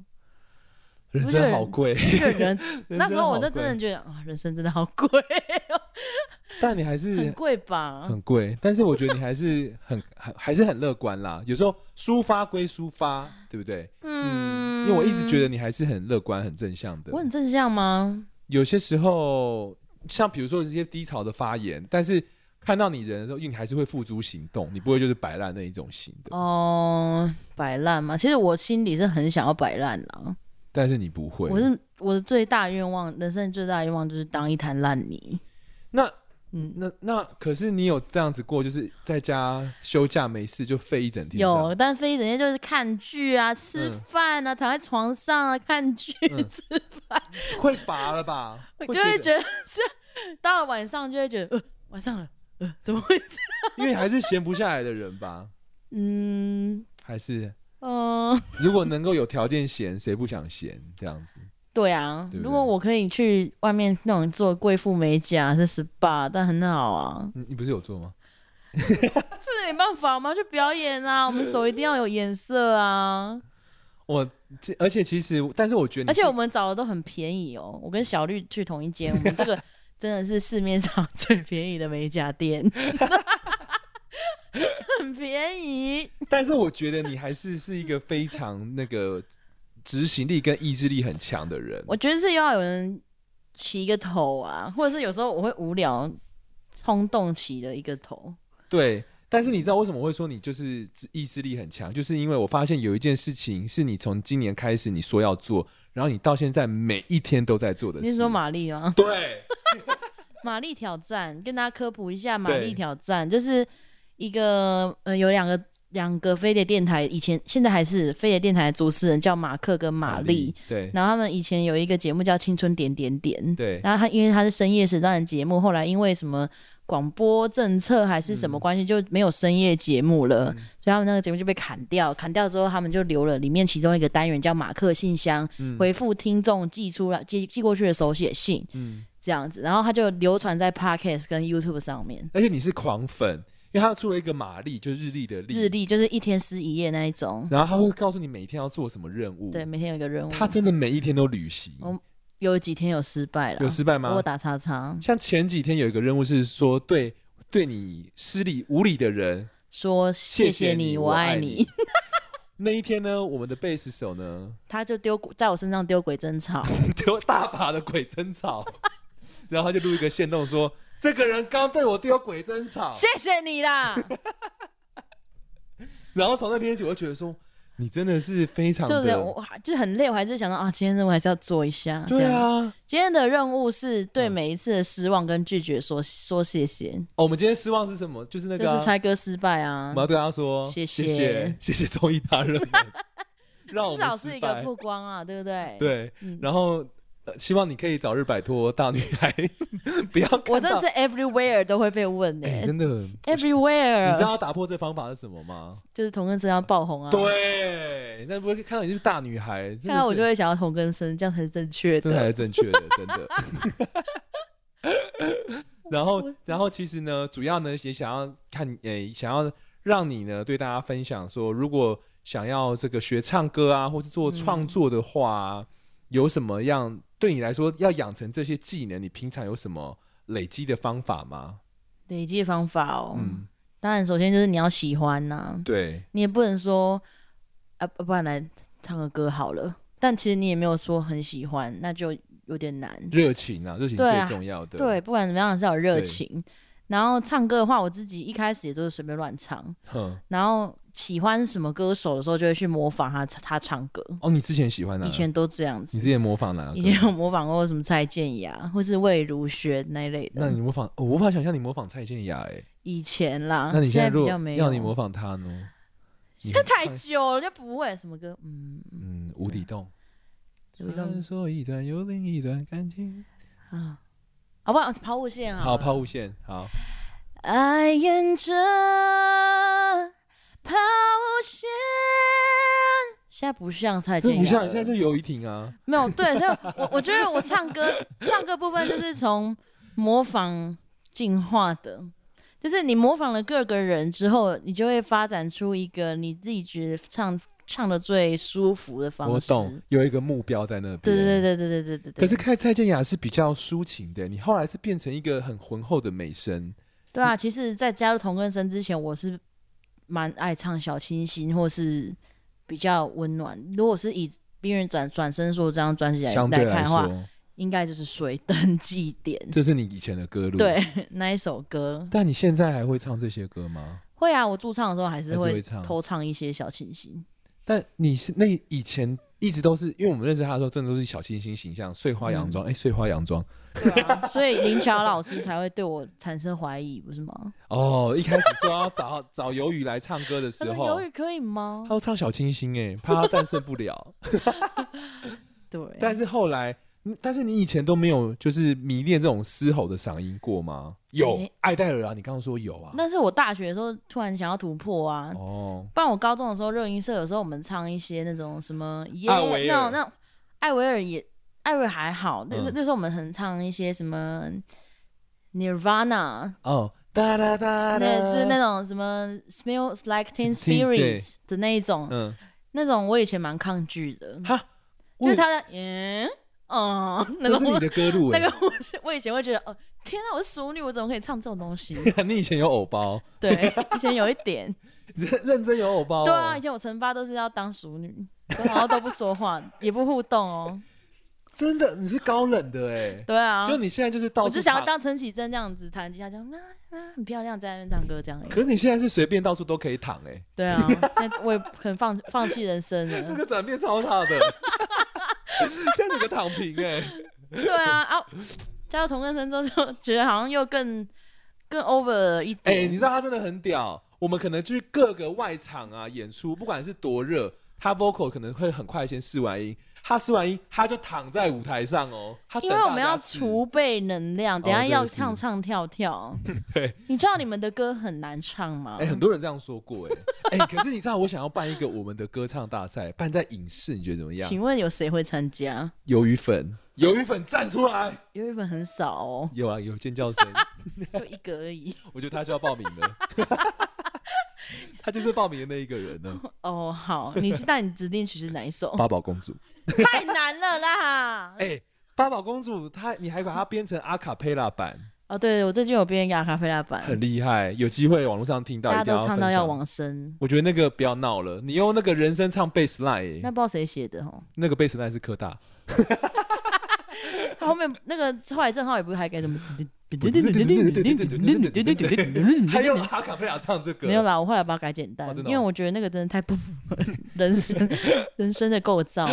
Speaker 1: 人
Speaker 2: 不
Speaker 1: 生
Speaker 2: 是
Speaker 1: 好 贵，
Speaker 2: 这个人
Speaker 1: 人
Speaker 2: 那时候我
Speaker 1: 生
Speaker 2: 就
Speaker 1: 好
Speaker 2: 真
Speaker 1: 贵
Speaker 2: 的觉得啊，人生真的好 贵，
Speaker 1: 但你还
Speaker 2: 很
Speaker 1: 是
Speaker 2: 贵啊吧？
Speaker 1: 很贵，但是我觉得你还是很还还是很乐观啦。有时候抒发归抒发，对不对？因
Speaker 2: 嗯，
Speaker 1: 为我一直觉得你还是很乐观、很正向的
Speaker 2: 我。很正向吗？
Speaker 1: 有些时候，像比如说一些低潮的发言，但是看到你人的时候，因为你还是会付诸行动，你不会就是摆烂那一种型的。
Speaker 2: 哦，摆烂吗？其实我心里是很想要摆烂啦，
Speaker 1: 但是你不会，
Speaker 2: 我是我的最大愿望，人生最大愿望就是当一滩烂泥。
Speaker 1: 那
Speaker 2: 嗯，
Speaker 1: 那那可是你有这样子过，就是在家休假没事就废一整天这样。
Speaker 2: 有，但非一整天就是看剧啊、吃
Speaker 1: 嗯
Speaker 2: 饭啊、躺在床上啊、看剧、
Speaker 1: 嗯
Speaker 2: 吃，
Speaker 1: 会乏了吧？
Speaker 2: 我
Speaker 1: 会
Speaker 2: 就会
Speaker 1: 得
Speaker 2: 觉得，就到了晚上就会觉得，呃，晚上了，呃，怎么会这样？
Speaker 1: 因为还是闲不下来的人吧，
Speaker 2: 嗯
Speaker 1: 还是
Speaker 2: 嗯、呃
Speaker 1: 如果能够有条件闲，谁不想闲这样子？
Speaker 2: 对啊
Speaker 1: 对不
Speaker 2: 如果
Speaker 1: 对
Speaker 2: 我可以去外面那种做贵妇美甲、是 SPA，但很好啊，
Speaker 1: 你你不是有做吗？
Speaker 2: 这没办法，我们要去表演啊，我们手一定要有颜色啊。
Speaker 1: 我这而且其实，但是我觉得你
Speaker 2: 而
Speaker 1: 嗯是，
Speaker 2: 且我们找的都很便宜哦。我跟小绿去同一间，我们这个真的是市面上最便宜的美甲店， 很便宜。
Speaker 1: 但是我觉得你还是是一个非常那个执行力跟意志力很强的人。
Speaker 2: 我觉得是要有人起一个头啊，或者是有时候我会无聊冲动起了一个头。
Speaker 1: 对，但是你知道为什么我会说你就是自意志力很强？就是因为我发现有一件事情是你从今年开始你说要做，然后你到现在每一天都在做的事。
Speaker 2: 你是说玛丽吗？
Speaker 1: 对，
Speaker 2: 玛丽挑战，跟大家科普一下，玛
Speaker 1: 对
Speaker 2: 丽挑战就是一个呃有两个两个飞碟电台，以前现在还是飞碟电台的主持人叫马克跟玛丽，，
Speaker 1: 对
Speaker 2: 然后他们以前有一个节目叫《青春点点点》，
Speaker 1: 对
Speaker 2: 然后他因为他是深夜时段的节目，后来因为什么广播政策还是什
Speaker 1: 嗯
Speaker 2: 么关系，就没有深夜节目了，所以他们那个节目就被砍掉。砍掉之后，他们就留了里面其中一个单元叫马克信箱，回复听众寄出来寄寄过去的手写信，
Speaker 1: 嗯
Speaker 2: 这样子，然后他就流传在 Podcast 跟 YouTube 上面。
Speaker 1: 而且你是狂粉，因为他出了一个玛丽，就是日历的历，
Speaker 2: 日历就是一天撕一页那一种，
Speaker 1: 然后他会告诉你每天要做什么任务。
Speaker 2: 对，，每天有一个任务。
Speaker 1: 他真的每一天都履行。
Speaker 2: 哦有几天有失败了，
Speaker 1: 有失败吗
Speaker 2: 我有打叉叉，
Speaker 1: 像前几天有一个任务是说对对你失礼无礼的人，
Speaker 2: 说谢
Speaker 1: 谢
Speaker 2: 你，
Speaker 1: 你，
Speaker 2: 我爱你。。
Speaker 1: 那一天呢，我们的贝斯手呢
Speaker 2: 他就丢在我身上丢鬼针草，
Speaker 1: 丢大把的鬼针草， 然后他就录一个线动说，这个人刚对我丢鬼针草，
Speaker 2: 谢谢你 啦，
Speaker 1: 然后从那天起我就觉得说，你真的是非常
Speaker 2: 就是
Speaker 1: 的，
Speaker 2: 我还就很累，我还是想到啊，今天任务还是要做一下。
Speaker 1: 对
Speaker 2: 这样，
Speaker 1: 啊。
Speaker 2: 今天的任务是对
Speaker 1: 嗯
Speaker 2: 每一次的失望跟拒绝说说谢谢，
Speaker 1: 哦，我们今天失望是什么？就是那
Speaker 2: 就
Speaker 1: 个啊、
Speaker 2: 是猜歌失败啊
Speaker 1: 我们，要对他说，
Speaker 2: 谢
Speaker 1: 谢
Speaker 2: 谢
Speaker 1: 谢谢谢综艺大热门，让我
Speaker 2: 至
Speaker 1: 们
Speaker 2: 少
Speaker 1: 失
Speaker 2: 是一个
Speaker 1: 败
Speaker 2: 曝光啊，对不对？，
Speaker 1: 对，
Speaker 2: 嗯
Speaker 1: 然后、呃希望你可以早日摆脱大女孩， 不要看到
Speaker 2: 我真的是 everywhere 都会被问欸呢
Speaker 1: 哎、真的，你知
Speaker 2: everywhere
Speaker 1: 道打破这方法是什么 吗？
Speaker 2: 就是同根生要爆红啊，，
Speaker 1: 对，那不会看到你是大女孩，真的
Speaker 2: 看到我
Speaker 1: 是嗯
Speaker 2: 就会想要同根生，这样才是正确
Speaker 1: 这才
Speaker 2: 的
Speaker 1: 是。正确的，真的。 然后，然后其实呢，主要呢也想要看，诶、想要让你呢对大家分享说，如果想要这个学唱歌啊，或是做
Speaker 2: 嗯
Speaker 1: 创作的话啊、有什么样对你来说要养成这些技能，你平常有什么累积的方法吗？
Speaker 2: 累积的方法哦，
Speaker 1: 嗯，
Speaker 2: 当然首先就是你要喜欢呐、
Speaker 1: 对，
Speaker 2: 你也不能说啊，不不然来唱个歌好了。但其实你也没有说很喜欢，那就有点难。
Speaker 1: 热情啊，热情
Speaker 2: 对啊
Speaker 1: 最重要的。
Speaker 2: 对，不管怎么样还是要有热情。然后唱歌的话，我自己一开始也都是随便乱唱，
Speaker 1: 哼，
Speaker 2: 然后喜欢什么歌手的时候，就会去模仿他他唱歌。
Speaker 1: 哦，你之前喜欢哪个？
Speaker 2: 以前都这样子
Speaker 1: 你，之前模仿哪个？
Speaker 2: 以前有模仿过什么蔡健雅或是魏如萱那一类
Speaker 1: 那
Speaker 2: 的。
Speaker 1: 你模仿，哦我无法想象你模仿蔡健雅哎、
Speaker 2: 以前啦，
Speaker 1: 那你
Speaker 2: 现
Speaker 1: 现在如
Speaker 2: 比
Speaker 1: 果
Speaker 2: 较没有。
Speaker 1: 要你模仿她呢？你
Speaker 2: 那太久了就不会什么歌，嗯，
Speaker 1: 嗯，无底洞。
Speaker 2: 主动
Speaker 1: 说一段又另一段感情。
Speaker 2: 啊，好不好？抛物线啊，
Speaker 1: 嗯好，抛物线，好，
Speaker 2: 爱沿着抛物线，现在不像蔡健
Speaker 1: 这
Speaker 2: 雅，
Speaker 1: 不像，现在就游一婷啊，
Speaker 2: 没有对，所以我我觉得我唱歌唱歌部分就是从模仿进化的，就是你模仿了各个人之后，你就会发展出一个你自己觉得唱唱的最舒服的方
Speaker 1: 我
Speaker 2: 式。
Speaker 1: 懂，有一个目标在那边。
Speaker 2: 对对
Speaker 1: 对。
Speaker 2: 对对对对对对。
Speaker 1: 可是看蔡健雅是比较抒情的，你后来是变成一个很浑厚的美声。
Speaker 2: 对啊，其实，在加入同根生之前，我是蛮爱唱小清新，或是比较温暖。如果是以《冰人转转身说》这张专辑来
Speaker 1: 相对
Speaker 2: 看的话，
Speaker 1: 说，
Speaker 2: 应该就是《水灯祭典》
Speaker 1: 这是你以前的歌路。。
Speaker 2: 对 那一首歌。
Speaker 1: 但你现在还会唱这些歌吗？
Speaker 2: 会啊，我驻唱的时候还是
Speaker 1: 还是
Speaker 2: 会
Speaker 1: 会唱
Speaker 2: 偷唱一些小 清新。
Speaker 1: 但你是那以前一直都是，因为我们认识他的时候，真的都是小清新形象，碎花洋
Speaker 2: 嗯
Speaker 1: 装，哎、碎花洋装。
Speaker 2: 对啊， 所以林乔老师才会对我产生怀疑，不是吗？
Speaker 1: 哦，一开始说要找找鱿鱼来唱歌的
Speaker 2: 他
Speaker 1: 时
Speaker 2: 说
Speaker 1: 候
Speaker 2: 犹，豫可以吗
Speaker 1: 他？要唱小清新哎，怕他战胜不 了。
Speaker 2: 啊对，
Speaker 1: 但是后来，嗯但是你以前都没有就是迷恋这种嘶吼的嗓音过吗？有
Speaker 2: 没，
Speaker 1: 艾戴尔啊，你刚刚说有啊。
Speaker 2: 但是我大学的时候突然想要突破啊，
Speaker 1: 哦，
Speaker 2: 不然我高中的时候，热音社有时候我们唱一些那种什么耶
Speaker 1: 艾维
Speaker 2: 那
Speaker 1: 尔
Speaker 2: 种那种艾维尔也艾维尔还好，那、
Speaker 1: 嗯
Speaker 2: 那时候我们很唱一些什么 Nirvana，
Speaker 1: 哦，哒哒哒哒，
Speaker 2: 那就是那种什么 Smells Like Teen
Speaker 1: Teen- 对
Speaker 2: Spirit 的那一种，
Speaker 1: 嗯，
Speaker 2: 那种我以前蛮抗拒的，
Speaker 1: 哈，
Speaker 2: 就
Speaker 1: 我
Speaker 2: 是
Speaker 1: 以
Speaker 2: 他的嗯嗯那
Speaker 1: 这
Speaker 2: 种
Speaker 1: 是你的歌路
Speaker 2: 那
Speaker 1: 哎、
Speaker 2: 个我是我以前会觉得，哦，天啊，我是熟女，我怎么可以唱这种东西？
Speaker 1: 你以前有偶包，
Speaker 2: 对，以前有一点，
Speaker 1: 你认认真有偶包、哦，
Speaker 2: 对啊，以，前我惩罚都是要当熟女，然后都不说话，也不互动哦。
Speaker 1: 真的你是高冷的哎、
Speaker 2: 对啊，
Speaker 1: 就你现在就是到
Speaker 2: 我
Speaker 1: 处
Speaker 2: 只想要
Speaker 1: 爬，
Speaker 2: 当陈绮贞这样子弹吉他，这样啊啊，很漂亮，在那边唱歌这样而已。
Speaker 1: 可是你现在是随便到处都可以躺哎、
Speaker 2: 对啊，那我也很放放弃人生了。
Speaker 1: 这个转变超大的， 像你个躺平哎、
Speaker 2: 对啊啊，加入同根生之后就觉得好像又更更 over 了一
Speaker 1: 哎、
Speaker 2: 点。
Speaker 1: 你知道他真的很屌。我们可能去各个外场啊演出，不管是多热，他 vocal 可能会很快先试完音，他试完音他就躺在舞台上哦，他等
Speaker 2: 因为我们
Speaker 1: 大家
Speaker 2: 要
Speaker 1: 试
Speaker 2: 储备能量，等一
Speaker 1: 哦
Speaker 2: 下
Speaker 1: 这
Speaker 2: 要
Speaker 1: 个是
Speaker 2: 唱唱跳跳。
Speaker 1: 对，
Speaker 2: 你知道你们的歌很难唱吗？
Speaker 1: 哎、很多人这样说过哎、哎、可是你知道我想要办一个我们的歌唱大赛，办在影视，你觉得怎么样？
Speaker 2: 请问有谁会参加？
Speaker 1: 鱿鱼粉，鱿鱼粉站出来！，
Speaker 2: 有一本很少哦
Speaker 1: 有啊，有尖叫声，
Speaker 2: 就一个而已。
Speaker 1: 我觉得他就要报名了， 他就是报名的那一个人呢。
Speaker 2: 哦，好，你知道你指定曲是哪一首？
Speaker 1: 八宝公主，
Speaker 2: 太难了啦！
Speaker 1: 哦 哎、八宝公主，她你还把它编成阿卡贝拉版，
Speaker 2: 哦，对，我最近有编一个咖啡拉版，
Speaker 1: 很厉害。有机会网络上听到，
Speaker 2: 大家
Speaker 1: 一定
Speaker 2: 都唱到要
Speaker 1: 分享。
Speaker 2: 往生。
Speaker 1: 我觉得那个不要闹了，你用那个人声唱 bass line，、
Speaker 2: 那不知道谁写的哦。
Speaker 1: 那个 bass line 是科大，
Speaker 2: 他后面那个后来郑浩也不是还改什么？嗯
Speaker 1: 还用阿卡贝拉唱这个，
Speaker 2: 没有啦，我后来把它改简单，
Speaker 1: 哦真的
Speaker 2: 因
Speaker 1: 哦
Speaker 2: 为我觉得那个真的太不符合 人生人生的 构造，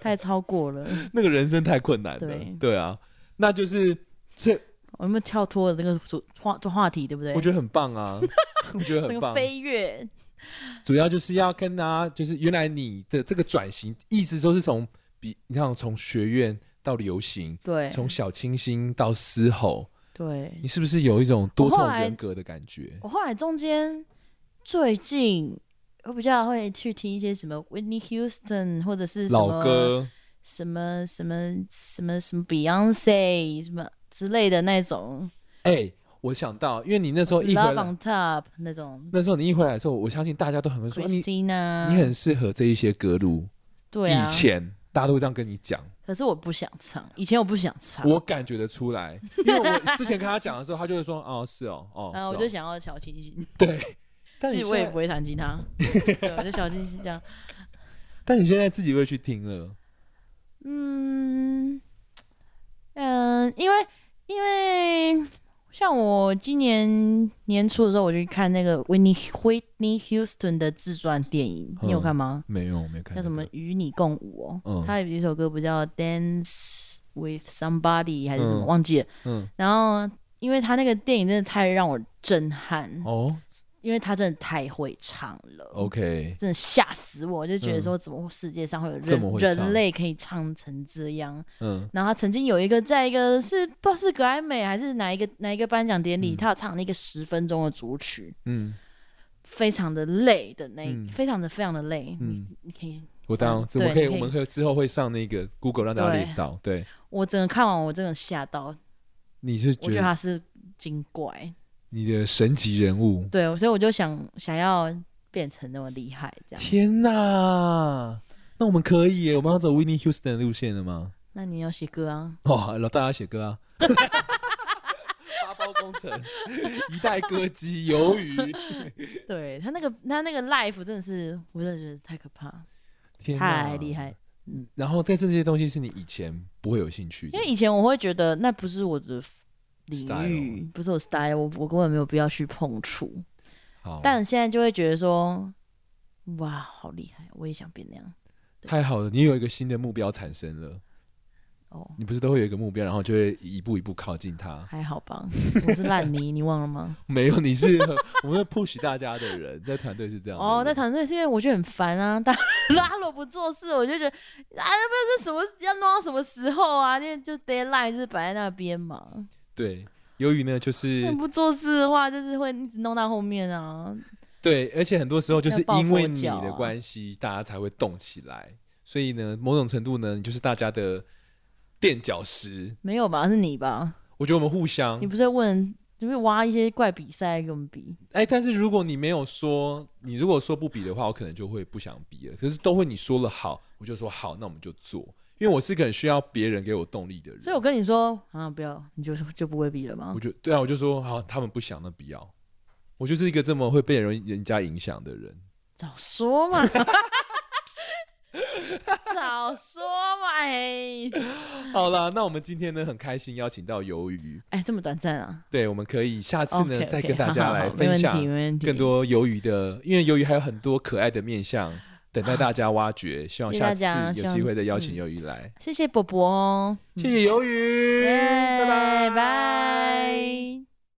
Speaker 2: 太超过了。
Speaker 1: 那个人生太困难了。
Speaker 2: 对
Speaker 1: 对啊，那就是这，
Speaker 2: 我有没有跳脱了这个主话话题，对不对？
Speaker 1: 我觉得很棒 啊，我觉得
Speaker 2: 整
Speaker 1: 很
Speaker 2: 个
Speaker 1: 棒。
Speaker 2: 飞跃，
Speaker 1: 主要就是要跟大家，就是原来你的这个转型一直都是从比你看从学院到流行，
Speaker 2: 对
Speaker 1: 从小清新到嘶吼，
Speaker 2: 对。
Speaker 1: 你是不是有一种多
Speaker 2: 我后
Speaker 1: 重
Speaker 2: 来
Speaker 1: 人格的感觉？
Speaker 2: 我后来中间最近我比较会去听一些什么 Whitney Houston 或者是什么
Speaker 1: 老歌，
Speaker 2: 什么什么什么什么 Beyonce 什么之类的那种，
Speaker 1: 哎、我想到，因为你那时候
Speaker 2: 或是
Speaker 1: 一回
Speaker 2: Love
Speaker 1: 来，
Speaker 2: on Top 那种
Speaker 1: 那时候你一回来的时候，我相信大家都很会说、啊你
Speaker 2: ，Christina，
Speaker 1: 你很适合这一些歌路。
Speaker 2: 嗯对啊
Speaker 1: 以，前大家都会这样跟你讲，
Speaker 2: 可是我不想唱，以前我不想唱，
Speaker 1: 我感觉得出 来，因为我之前跟他讲的时候，他就会说：“哦，是哦，哦，
Speaker 2: 然后啊我
Speaker 1: 是
Speaker 2: 就
Speaker 1: 哦
Speaker 2: 想要小清新，
Speaker 1: 对。” 但
Speaker 2: 自
Speaker 1: 你
Speaker 2: 己我也
Speaker 1: 现
Speaker 2: 不
Speaker 1: 在，
Speaker 2: 会弹吉 他，对，我就小清新这样，
Speaker 1: 但你现在自己会去听了，
Speaker 2: 嗯嗯，因为因为像我今年年初的时候，我就去看那个 Whitney Whitney Houston 的自传电影，你有
Speaker 1: 嗯
Speaker 2: 看吗？
Speaker 1: 没有，我没有看
Speaker 2: 叫
Speaker 1: 那
Speaker 2: 什么
Speaker 1: 个？
Speaker 2: 与你共舞哦，
Speaker 1: 嗯
Speaker 2: 他有一首歌不叫 Dance with Somebody 还是什么、
Speaker 1: 嗯
Speaker 2: 忘记了，
Speaker 1: 嗯，
Speaker 2: 然后因为他那个电影真的太让我震撼，
Speaker 1: 哦
Speaker 2: 因为他真的太会唱了
Speaker 1: ，OK，
Speaker 2: 真的吓死我，我就觉得说怎么世界上会有
Speaker 1: 嗯这么
Speaker 2: 人
Speaker 1: 会唱
Speaker 2: 人类可以唱成这样？
Speaker 1: 嗯，
Speaker 2: 然后他曾经有一个在一个是不知道是格莱美还是哪一个哪一个颁奖典礼，
Speaker 1: 嗯
Speaker 2: 他有唱那个十分钟的主曲，
Speaker 1: 嗯
Speaker 2: 非常的累的那，
Speaker 1: 嗯
Speaker 2: 非常的非常的累。你
Speaker 1: 嗯，
Speaker 2: 你可以
Speaker 1: 我当然，这
Speaker 2: 嗯对
Speaker 1: 我可以，
Speaker 2: 你可以
Speaker 1: 我们可以之后会上那个 Google 让大家
Speaker 2: 对
Speaker 1: 去找。对，
Speaker 2: 我整个看完，我真的吓到，
Speaker 1: 你是
Speaker 2: 我
Speaker 1: 觉
Speaker 2: 觉得
Speaker 1: 得
Speaker 2: 他是精怪，
Speaker 1: 你的神级人物？
Speaker 2: 对，所以我就想想要变成那么厉害 这样。
Speaker 1: 天哪！那我们可以耶，我们要走 w i n n i e Houston 的路线了吗？
Speaker 2: 那你要写歌啊？
Speaker 1: 哦，老大家写歌 啊，发包工程，一代歌姬，鱿鱼，
Speaker 2: 对他那个他那个 life 真的是，我真的觉得太可怕，
Speaker 1: 天哪
Speaker 2: 太厉害。
Speaker 1: 然后，但是这些东西是你以前不会有兴趣的
Speaker 2: 因为，以前我会觉得那不是我的 f- 领
Speaker 1: Style
Speaker 2: 域，不是我 style，我我根本没有必要去碰触。
Speaker 1: 好，
Speaker 2: 但现在就会觉得说，哇，好厉害，我也想变那样。
Speaker 1: 太好了，你有一个新的目标产生了。
Speaker 2: 哦，
Speaker 1: 你不是都会有一个目标，然后就会一步一步靠近它。
Speaker 2: 还好吧，我是烂泥，你忘了吗？
Speaker 1: 没有，你是我们会 push 大家的人，在团队是这样的。
Speaker 2: 哦，在
Speaker 1: 对不对
Speaker 2: 团队是因为我觉得很烦啊， 大家大家如果不做事，我就觉得啊，那不是什么要弄到什么时候啊？因为就 deadline 就是摆在那边嘛，
Speaker 1: 对，由于呢，就是
Speaker 2: 不做事的话，就是会一直弄到后面啊。
Speaker 1: 对，而且很多时候就是
Speaker 2: 要抱
Speaker 1: 因为
Speaker 2: 佛
Speaker 1: 你
Speaker 2: 脚
Speaker 1: 的
Speaker 2: 啊
Speaker 1: 关系，大家才会动起来。所以呢，某种程度呢，你就是大家的垫脚石。
Speaker 2: 没有吧？是你吧？
Speaker 1: 我觉得我们互相
Speaker 2: 你不是会问就是挖一些怪比赛跟我们比。
Speaker 1: 哎、但是如果你没有说，你如果说不比的话，我可能就会不想比了。可是都会你说了好，我就说好，那我们就做，因为我是个很需要别人给我动力的人。
Speaker 2: 所以我跟你说啊，不要，你就就不会比了吗
Speaker 1: 我？就对啊，我就说好，他们不想那不要。我就是一个这么会被人人家影响的人。
Speaker 2: 早说嘛， 早说嘛，哎
Speaker 1: 好啦，那我们今天呢很开心邀请到鱿鱼，
Speaker 2: 哎，这么短暂啊
Speaker 1: 对，我们可以下次呢
Speaker 2: ？OK，
Speaker 1: 再跟大家来分
Speaker 2: 没问题，
Speaker 1: 享
Speaker 2: 没问题。
Speaker 1: 更多鱿鱼的，因为鱿鱼还有很多可爱的面相等待大家挖掘。希望
Speaker 2: 谢谢
Speaker 1: 下
Speaker 2: 大
Speaker 1: 次
Speaker 2: 家
Speaker 1: 有
Speaker 2: 希望
Speaker 1: 机会再邀请
Speaker 2: 嗯
Speaker 1: 鱿鱼来。
Speaker 2: 谢谢伯伯哦，
Speaker 1: 谢谢鱿鱼，
Speaker 2: 嗯
Speaker 1: 拜拜
Speaker 2: 拜。